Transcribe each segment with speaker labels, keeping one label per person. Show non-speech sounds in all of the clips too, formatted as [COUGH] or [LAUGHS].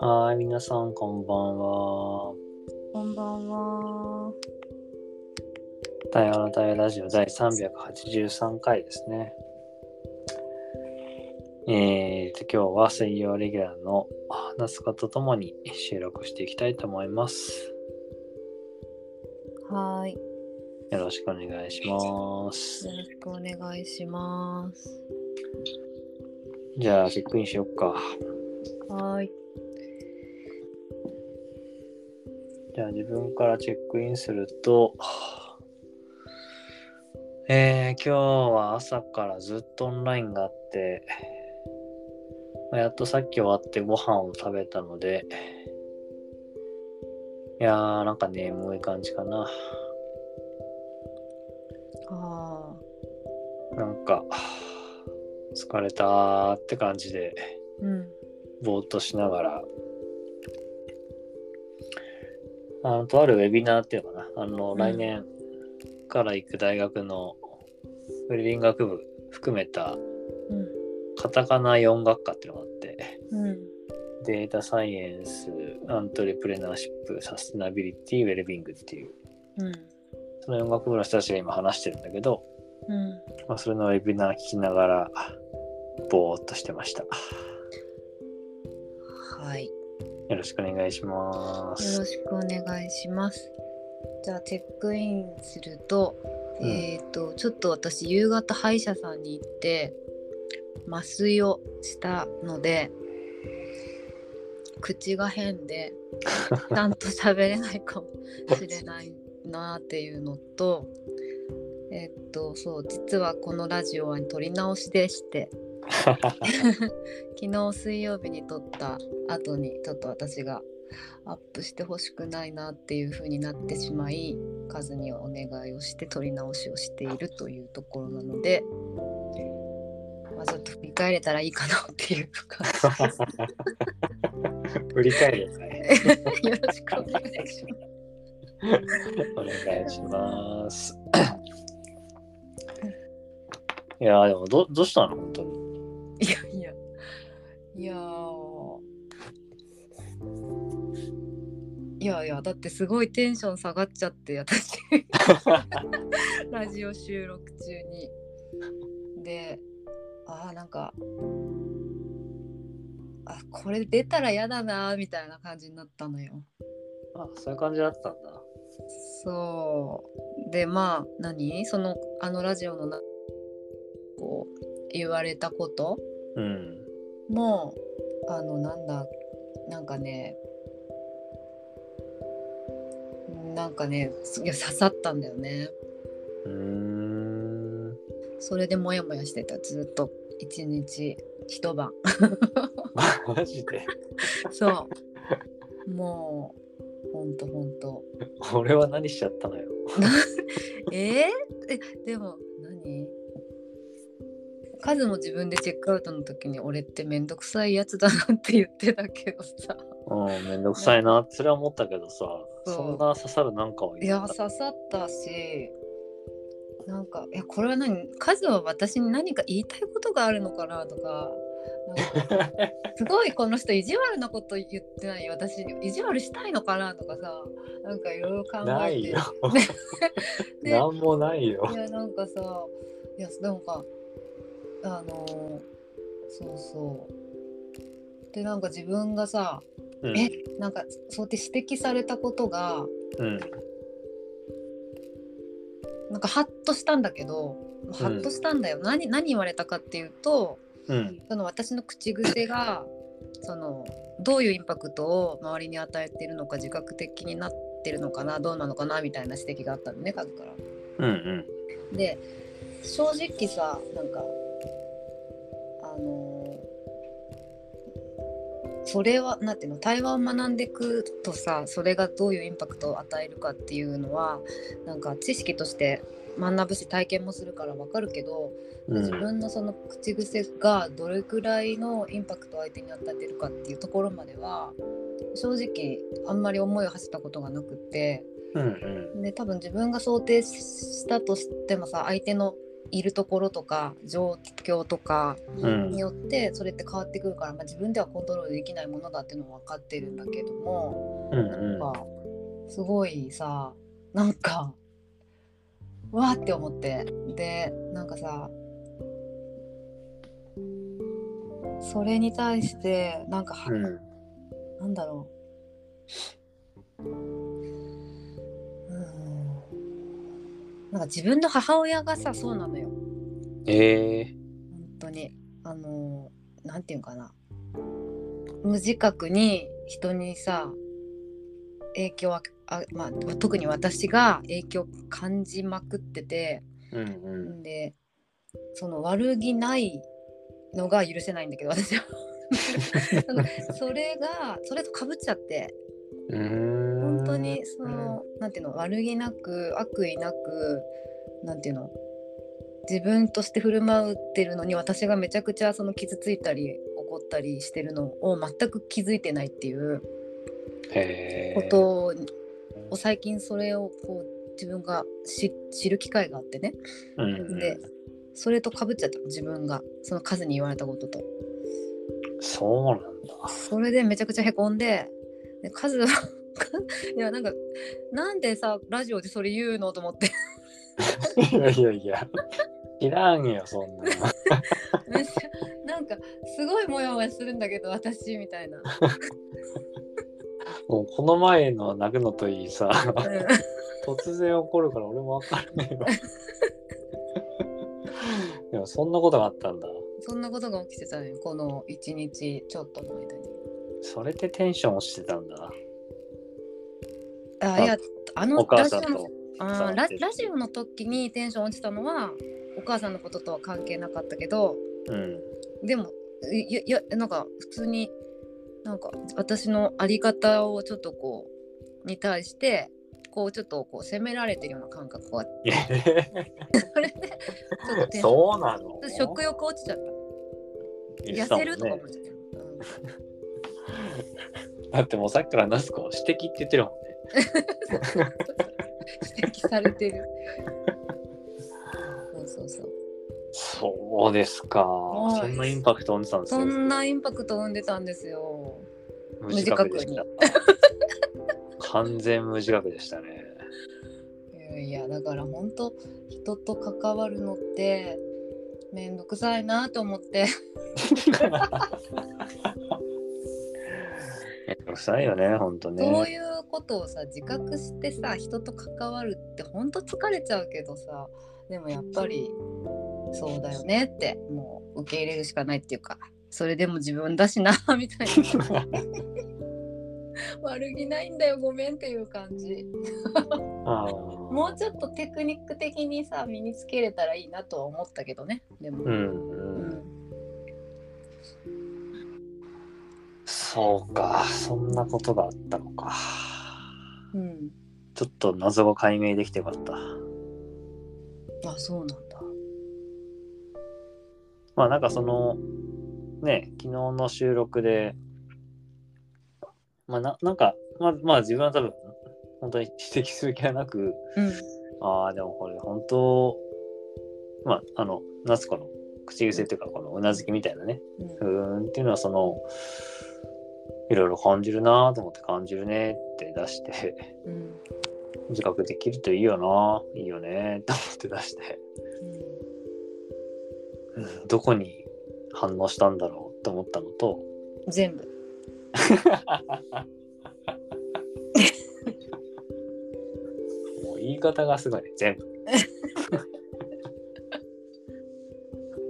Speaker 1: はーい、皆さん、こんばんは。
Speaker 2: こんばんは。
Speaker 1: 台湾の台湾ラジオ第383回ですね。えーと、今日は水曜レギュラーの夏香とともに収録していきたいと思います。
Speaker 2: はーい。よ
Speaker 1: よろしくお願いします。
Speaker 2: ろしくお願いします。
Speaker 1: じゃあ、チェックインしよっか。
Speaker 2: はーい。
Speaker 1: じゃあ、自分からチェックインすると、えー、今日は朝からずっとオンラインがあって、まあやっとさっき終わってご飯を食べたので、いやー、なんか眠い感じかな。
Speaker 2: ああ。
Speaker 1: なんか、疲れたーって感じで、
Speaker 2: うん。
Speaker 1: ぼーっとしながら、あの、とあるウェビナーっていうのかな、あの、
Speaker 2: ん
Speaker 1: 来年から行く大学のウェビン学部含めた
Speaker 2: うん。
Speaker 1: カタカナ4学科っていうのがあって、
Speaker 2: うん。
Speaker 1: データサイエンス、アントレプレナーシップ、サステナビリティ、ウェルビングっていう、
Speaker 2: うん。
Speaker 1: その4学部の人たちが今話してるんだけど、
Speaker 2: うん。
Speaker 1: まあ、それのウェビナー聞きながら、ぼーっとしてました。よ
Speaker 2: はい。よ
Speaker 1: ろしくお願いします。
Speaker 2: ろしくお願いします。じゃあ、チェックインすると、
Speaker 1: うん
Speaker 2: えっ、ー、と、ちょっと私、夕方歯医者さんに行って、麻酔をしたので、口が変で、ちゃんと喋れないかもしれないなっていうのと、えっと、そう、実はこのラジオは撮り直しでして、昨日水曜日に撮った後に、ちょっと私がアップしてほしくないなっていう風になってしまい、カズにお願いをして撮り直しをしているというところなので、まあ、ちょっと振り返れたらいいかなっていう感じです。
Speaker 1: 振り返るね。
Speaker 2: よろしくお願いしま
Speaker 1: お願いします。いやーでもどどうしたの本当に。
Speaker 2: す。いやいや。いやーいやいやだってすごいテンション下がっちゃって私ラジオ収録中にであーなんかあこれ出たら嫌だなーみたいな感じになったのよ
Speaker 1: あそういう感じだったんだ。
Speaker 2: そうでまあ何そのあのラジオのなこう言われたこと
Speaker 1: うん。
Speaker 2: もうあのなんだなんかねなんかねすいや刺さったんだよね
Speaker 1: うーん。
Speaker 2: それでモヤモヤしてたずっと一日一 [LAUGHS] 晩
Speaker 1: マジで。
Speaker 2: そうもうほんとほんと
Speaker 1: 俺は何しちゃったのよ。
Speaker 2: えー、えでも何カズも自分でチェックアウトの時に俺ってめんどくさいやつだなって言ってたけどさ
Speaker 1: うん、めんどくさいなってそれは思ったけどさ、
Speaker 2: そう
Speaker 1: そんな刺さるなんかを
Speaker 2: い
Speaker 1: 言
Speaker 2: や
Speaker 1: った
Speaker 2: 刺さったしなんかいやこれは何カズは私に何か言いたいことがあるのかなとかなんかすごいこの人意地悪なこと言ってない私に意地悪したいのかなとかさなんかいろいろ考
Speaker 1: な
Speaker 2: え
Speaker 1: い
Speaker 2: て
Speaker 1: よ。 [LAUGHS]
Speaker 2: で
Speaker 1: なんもないよ
Speaker 2: い。やなんかさいやなんかあのーそうそうでなんか自分がさ
Speaker 1: うん。
Speaker 2: えなんかそうやって指摘されたことが
Speaker 1: うん。
Speaker 2: なんかハッとしたんだけどハッとしたんだよ、何何言われたかっていうと
Speaker 1: うん。
Speaker 2: その私の口癖がそのどういうインパクトを周りに与えてるのか自覚的になってるのかなどうなのかなみたいな指摘があったのねカズから。
Speaker 1: うん。うん。
Speaker 2: で正直さなんかあのーそれはなんていうの対話を学んでいくとさそれがどういうインパクトを与えるかっていうのはなんか知識として学ぶし体験もするからわかるけど、
Speaker 1: う
Speaker 2: 自
Speaker 1: ん。
Speaker 2: 分のその口癖がどれくらいのインパクトを相手に与えてるかっていうところまでは正直あんまり思いを馳せたことがなくって。
Speaker 1: うん。うん。
Speaker 2: で多分自分が想定したとしてもさ相手のいるところとか状況とか
Speaker 1: うん
Speaker 2: によってそれって変わってくるから、まあ、自分ではコントロールできないものだっていうのは分かってるんだけども、
Speaker 1: うん
Speaker 2: なん
Speaker 1: う
Speaker 2: かすごいさなんかわーって思ってでなんかさそれに対してなんかは、
Speaker 1: んうん
Speaker 2: なんだろう。うーん。なんか自分の母親がさ、そうなのよ。
Speaker 1: ええ
Speaker 2: 本当に。あの、なんていうんかな。無自覚に人にさ、影響は、あまあ、特に私が影響感じまくってて、
Speaker 1: うんうん
Speaker 2: んで、その悪気ないのが許せないんだけど、私は。 [LAUGHS] なんかそれが、それとかぶっちゃって。
Speaker 1: うーん
Speaker 2: 本当にその、なんていうの悪気なく悪意なくなんていうの自分として振る舞ってるのに私がめちゃくちゃその傷ついたり怒ったりしてるのを全く気づいてないっていう
Speaker 1: へえ
Speaker 2: ことを最近それをこう自分が知知る機会があってね
Speaker 1: うんうん
Speaker 2: でそれとかぶっちゃったの自分がそのカズに言われたことと
Speaker 1: そうなんだ
Speaker 2: それでめちゃくちゃへこんででカズは [LAUGHS] いやなんかなんでさラジオでそれ言うのと思って
Speaker 1: いやいやいや [LAUGHS] 知らんよそんなの
Speaker 2: めっちゃなんかすごいモヤモヤするんだけど私みた
Speaker 1: [LAUGHS]
Speaker 2: いな、
Speaker 1: もうこの前の泣くのといいさ [LAUGHS]
Speaker 2: うん
Speaker 1: 突然起こるから俺もわかんないわ [LAUGHS] でもそんなことがあったんだ
Speaker 2: そんなことが起きてたのよこの1日ちょっとの間に
Speaker 1: それでテンション落ちてたんだ
Speaker 2: あ
Speaker 1: あ
Speaker 2: いやあの
Speaker 1: お母さん
Speaker 2: ラジオの
Speaker 1: と
Speaker 2: あーララジオの時にテンション落ちたのはお母さんのこととは関係なかったけど
Speaker 1: うん
Speaker 2: でもいいやなんか普通になんか私のあり方をちょっとこうに対してこうちょっとこう責められてるような感覚があってちょっとテンション
Speaker 1: そうなの
Speaker 2: 食欲落ちちゃった
Speaker 1: 言って
Speaker 2: 痩
Speaker 1: たも
Speaker 2: せ
Speaker 1: ん
Speaker 2: るとか
Speaker 1: ね
Speaker 2: 思っちゃった、うん
Speaker 1: だってもうさっきからナスコ指摘って言ってるもんね
Speaker 2: 指摘されてる。そうそうそう。
Speaker 1: そうですか
Speaker 2: はい
Speaker 1: そんなインパクト生んでたんです
Speaker 2: そ
Speaker 1: ね
Speaker 2: んなインパクトを生んでたんですよ。
Speaker 1: 無自覚でした完全無自覚でしたね
Speaker 2: いやいやだから本当人と関わるのってめんどくさいなと思って。
Speaker 1: めんどくさいよねほんとね
Speaker 2: そういうことをさ自覚してさ人と関わるって本当疲れちゃうけどさでもやっぱりそうだよねってもう受け入れるしかないっていうかそれでも自分だしなみたいな悪気ないんだよごめんっていう感じ
Speaker 1: あー
Speaker 2: もうちょっとテクニック的にさ身につけれたらいいなとは思ったけどねでも、
Speaker 1: うん
Speaker 2: う
Speaker 1: うん
Speaker 2: ん
Speaker 1: そうか、そんなことがあったのか。
Speaker 2: うん、
Speaker 1: ちょっと謎が解明できてよかった。
Speaker 2: あそうなんだ
Speaker 1: まあなんかその、ね、昨日の収録で、まあななんか、まあ、まあ自分は多分、本当に指摘する気はなく、
Speaker 2: うん
Speaker 1: ああ、でもこれ本当、まああの、夏子の口癖っていうか、このうなずきみたいなね、う
Speaker 2: う
Speaker 1: ーんっていうのはその、いろいろ感じるなと思って感じるねって出して、 [LAUGHS]
Speaker 2: んうん
Speaker 1: 自覚できるといいよないいよねと思って出して、うんどこに反応したんだろうと思ったのと
Speaker 2: うん、全部
Speaker 1: もう言い方がすごいね全部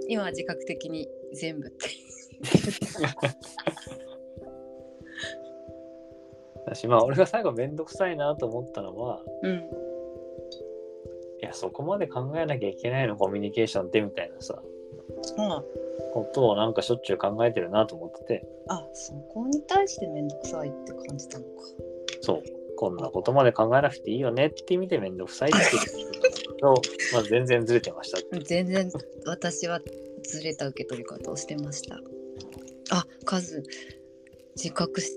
Speaker 2: 今は自覚的に全部って
Speaker 1: だしまあ俺が最後めんどくさいなと思ったのは
Speaker 2: うん
Speaker 1: いやそこまで考えなきゃいけないのコミュニケーションってみたいなさ
Speaker 2: あ
Speaker 1: ことをなんかしょっちゅう考えてるなと思ってて
Speaker 2: あそこに対して面倒くさいって感じたのか
Speaker 1: そうこんなことまで考えなくていいよねって意味でめんどくさいっていうの [LAUGHS] まあ全然ずれてました
Speaker 2: 全然私はずれた受け取り方をしてましたあカズ自覚 [LAUGHS] し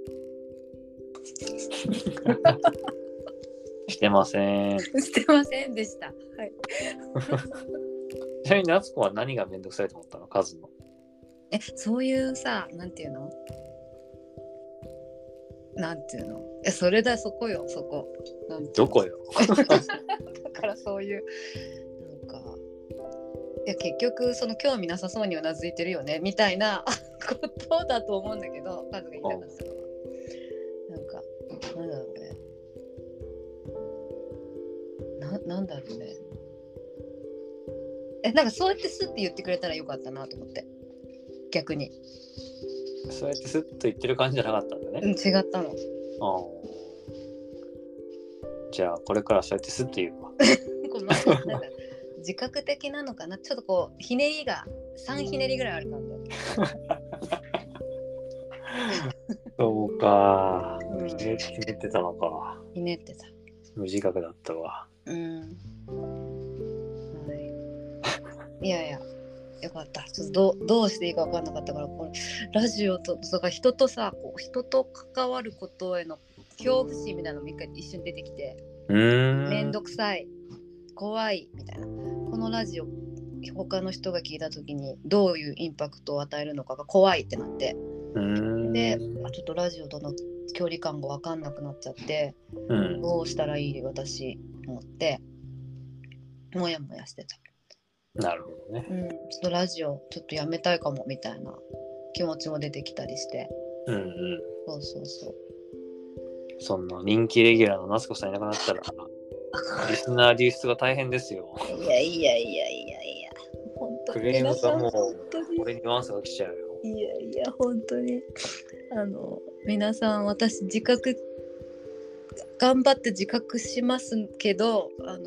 Speaker 1: してません
Speaker 2: してませんでしたはい
Speaker 1: ちなみに夏子は何がめんどくさいと思ったのカズの。
Speaker 2: えそういうさなんていうのなんていうのえそれだそこよそこなんていうの
Speaker 1: どこよ。
Speaker 2: [LAUGHS] だからそういうなんかいや結局その興味なさそうにうなずいてるよねみたいな [LAUGHS] ことだと思うんだけどカズが言いたかったのはなんかなんだろうねななんだろうねえなんかそうやってスッて言ってくれたらよかったなと思って逆に、
Speaker 1: そうやってスッと言ってる感じじゃなかったんだね。
Speaker 2: うん、違ったの
Speaker 1: あーじゃあこれからそうやってスッと言うわ。
Speaker 2: こうまあなんか自覚的なのかなちょっとこうひねりが3ひねりぐらいある感じ、
Speaker 1: そうか。
Speaker 2: うん
Speaker 1: ひねってたのか。
Speaker 2: ひねってた
Speaker 1: 無自覚だったわ。
Speaker 2: うん、はい、いやいやよかったちょっとどうどうしていいか分かんなかったからこのラジオとだから人とさこう人と関わることへの恐怖心みたいなのも一回一瞬出てきて
Speaker 1: うーん。
Speaker 2: 面倒くさい怖いみたいなこのラジオ他の人が聞いた時にどういうインパクトを与えるのかが怖いってなって
Speaker 1: うーん。
Speaker 2: であちょっとラジオとの距離感が分かんなくなっちゃって
Speaker 1: うん。
Speaker 2: どうしたらいい私と思ってもやもやしてた、
Speaker 1: なるほどね。
Speaker 2: うん、ちょっとラジオちょっとやめたいかもみたいな気持ちも出てきたりして
Speaker 1: うんうん。
Speaker 2: そうそうそう
Speaker 1: その人気レギュラーの夏子さんいなくなったら、リスナー流出が大変ですよ。
Speaker 2: いやいやいやいやいや本当に
Speaker 1: クレームが
Speaker 2: 皆さん
Speaker 1: もう
Speaker 2: 本当に
Speaker 1: 俺にワンスが来ちゃうよ。
Speaker 2: いやいや本当にあの皆さん私自覚頑張って自覚しますけどあの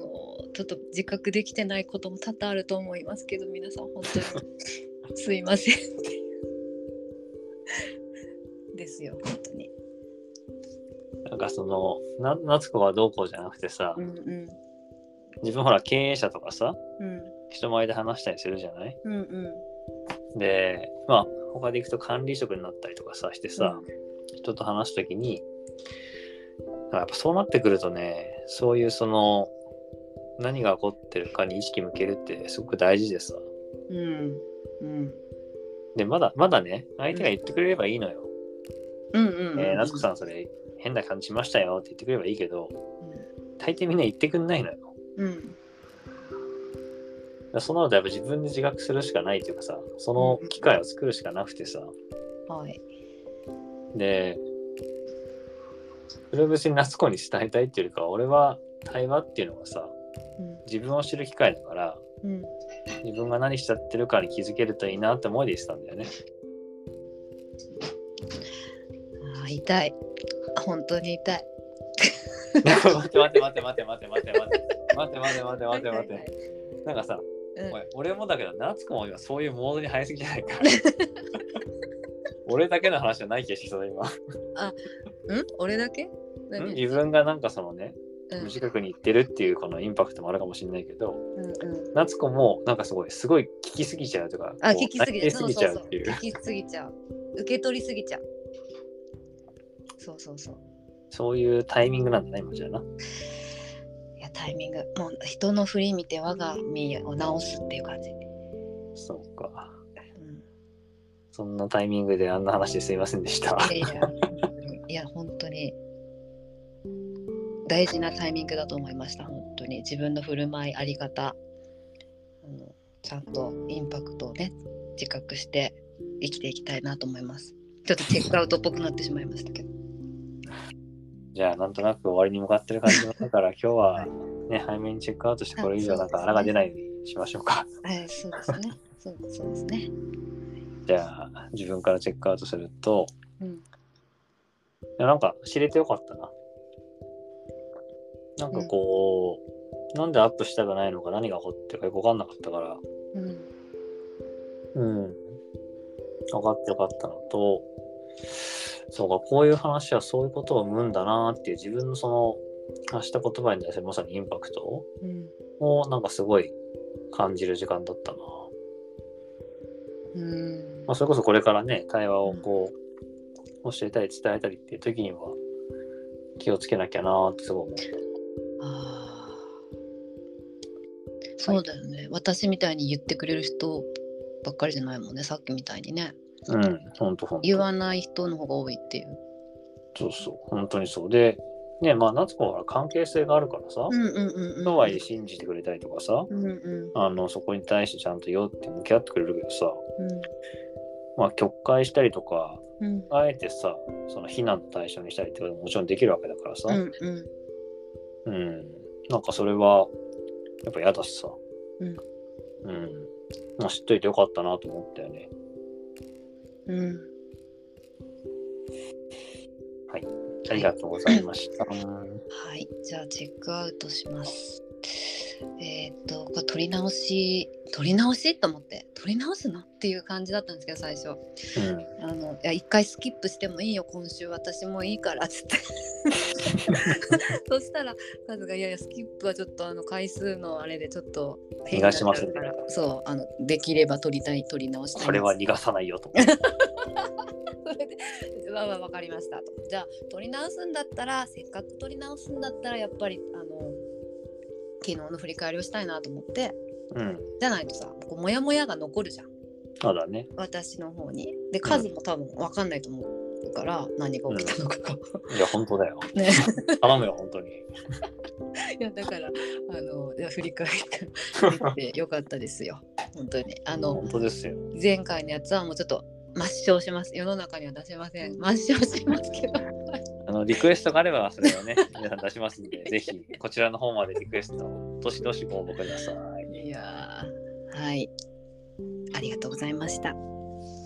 Speaker 2: ちょっと自覚できてないことも多々あると思いますけど皆さん本当
Speaker 1: [LAUGHS]
Speaker 2: にすいませんっていうですよ本当に
Speaker 1: なんかその、な夏子はどうこうじゃなくてさ
Speaker 2: う、んう
Speaker 1: 自分ほら経営者とかさ、
Speaker 2: んうん
Speaker 1: 人前で話したりするじゃない
Speaker 2: うんうん
Speaker 1: で、まあ、他で行くと管理職になったりとかさ、してさ、人と話すときに、やっぱそうなってくるとね、そういうその、何が起こってるかに意識向けるってすごく大事でさ。
Speaker 2: うんうん
Speaker 1: で、まだ、まだね、相手が言ってくれればいいのよ。
Speaker 2: うんうんうん
Speaker 1: えー、夏子さんそれ変な感じしましたよって言ってくれればいいけど、
Speaker 2: う
Speaker 1: 大抵みんな言ってくんないのよ。
Speaker 2: んうん
Speaker 1: だからそうなるとやっぱ自分で自覚するしかないっていうかさ、その機会を作るしかなくてさ。
Speaker 2: はい
Speaker 1: で、それを別に夏子に伝えたいっていうよりかは、俺は対話っていうのがさ、
Speaker 2: うん
Speaker 1: 自分を知る機会だから、
Speaker 2: うん
Speaker 1: 自分が何しちゃってるかに気づけるといいなって思いでしたんだよ
Speaker 2: [LAUGHS]
Speaker 1: ね。
Speaker 2: あー痛い本当に痛い
Speaker 1: 待って待って待って待って待って待って待って待って待って待って待って待っ
Speaker 2: はいはい
Speaker 1: て。なんかさ、
Speaker 2: はいうん
Speaker 1: おい俺もだけど、夏子も今そういうモードに入りすぎじゃないか。 [LAUGHS] 俺だけの話じゃない気がしてきたぞ今。
Speaker 2: ん俺だけ
Speaker 1: うん
Speaker 2: 何
Speaker 1: 自分がなんかそのね、
Speaker 2: うん
Speaker 1: 無自覚に言ってるっていうこのインパクトもあるかもしれないけど、
Speaker 2: うんうん
Speaker 1: 夏子もなんかすごい、すごい聞きすぎちゃうとか、
Speaker 2: あ
Speaker 1: こう
Speaker 2: 聞きすぎちゃう
Speaker 1: 内省すぎちゃうっていう。
Speaker 2: 聞きすぎちゃう受け取りすぎちゃうそうそうそう
Speaker 1: そういうタイミングなんだね、今じゃな。
Speaker 2: いやタイミングもう人の振り見て我が身を直すっていう感じ、
Speaker 1: そうか。
Speaker 2: うん、
Speaker 1: そんなタイミングであんな話ですいませんでした。
Speaker 2: いやいやいや本当に大事なタイミングだと思いました本当に自分の振る舞いあり方あのちゃんとインパクトをね自覚して生きていきたいなと思いますちょっとチェックアウトっぽくなってしまいましたけど
Speaker 1: じゃあ、なんとなく終わりに向かってる感じだから、今日は、ね、早めにチェックアウトして、これ以上なんか穴が出ないようにしましょうか。
Speaker 2: [LAUGHS] はい、そうですね。そうそうですね。
Speaker 1: じゃあ、自分からチェックアウトすると、
Speaker 2: うん。
Speaker 1: いやなんか知れてよかったな。なんかこう、なんでアップしたくないのか、何が起こってるかよくわかんなかったから、
Speaker 2: うん。
Speaker 1: うん。分かってよかったのと、そうか、こういう話はそういうことを生むんだなっていう、自分のその、発した言葉に対するまさにインパクトを、
Speaker 2: うん。
Speaker 1: をなんかすごい感じる時間だったな。
Speaker 2: うん
Speaker 1: まあ、それこそこれからね対話をこう教えたり伝えたりっていう時には気をつけなきゃなーってすごい思った。
Speaker 2: ああ。そうだよね私みたいに言ってくれる人ばっかりじゃないもんねさっきみたいにね
Speaker 1: うん、ほんとほんと。
Speaker 2: 言わない人の方が多いっていう
Speaker 1: そうそう、本当にそう。で、ね、まあ、夏子は関係性があるからさ、
Speaker 2: うんうんうんうん
Speaker 1: とはいえ信じてくれたりとかさ、
Speaker 2: うんうん
Speaker 1: あの、そこに対してちゃんとよって向き合ってくれるけどさ、
Speaker 2: うん
Speaker 1: まあ、曲解したりとか、
Speaker 2: うん
Speaker 1: あえてさ、その非難の対象にしたりってことももちろんできるわけだからさ、
Speaker 2: うん
Speaker 1: う
Speaker 2: うん
Speaker 1: ん、なんかそれは、やっぱ嫌だしさ、
Speaker 2: うん
Speaker 1: うん。まあ、知っといてよかったなと思ったよね。
Speaker 2: うん
Speaker 1: ありがとうございました。うん
Speaker 2: はい、じゃあチェックアウトします。えーっと、これ撮り直し、撮り直しと思って、撮り直すなっていう感じだったんですけど、最初。あの、いや、一回スキップしてもいいよ、今週、私もいいからっつ
Speaker 1: [LAUGHS]
Speaker 2: って。そしたら、カズが、いやいや、スキップはちょっと、あの、回数のあれで、ちょっと。
Speaker 1: 逃がしますね
Speaker 2: から、そう、あの、できれば撮りたい、撮り直したい。
Speaker 1: これは逃がさないよと思って。
Speaker 2: それで「わわわかりました」と。じゃあ取り直すんだったらせっかく取り直すんだったらやっぱりあの昨日の振り返りをしたいなと思って
Speaker 1: うん。
Speaker 2: じゃないとさこうモヤモヤが残るじゃん
Speaker 1: そうだね。
Speaker 2: 私の方に。で数も多分分かんないと思うから、何が起きたのかが。
Speaker 1: いや、本当だよ。
Speaker 2: ね、
Speaker 1: 頼むよ、本当に。
Speaker 2: [LAUGHS] いやだからあのいや振り返ってできてよかったですよ本当に。あの
Speaker 1: 本当ですよ。
Speaker 2: 前回のやつはもうちょっと抹消します世の中には出せません抹消しますけど。
Speaker 1: あのリクエストがあればそれをね、皆さん出しますんで、ぜひこちらの方までリクエストをどしどしご応募ください。
Speaker 2: いやーはい。ありがとうございました。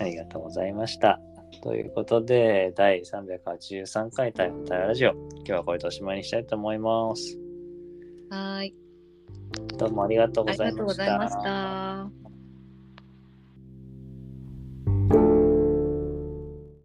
Speaker 1: ありがとうございました。ということで、第383回対話対ラジオ、今日はこれでおしまいにしたいと思います。
Speaker 2: はい。
Speaker 1: どうもありがとう
Speaker 2: あ
Speaker 1: ご
Speaker 2: り
Speaker 1: ざ
Speaker 2: が
Speaker 1: い
Speaker 2: とう
Speaker 1: ま
Speaker 2: ご
Speaker 1: し。
Speaker 2: ざいましたた。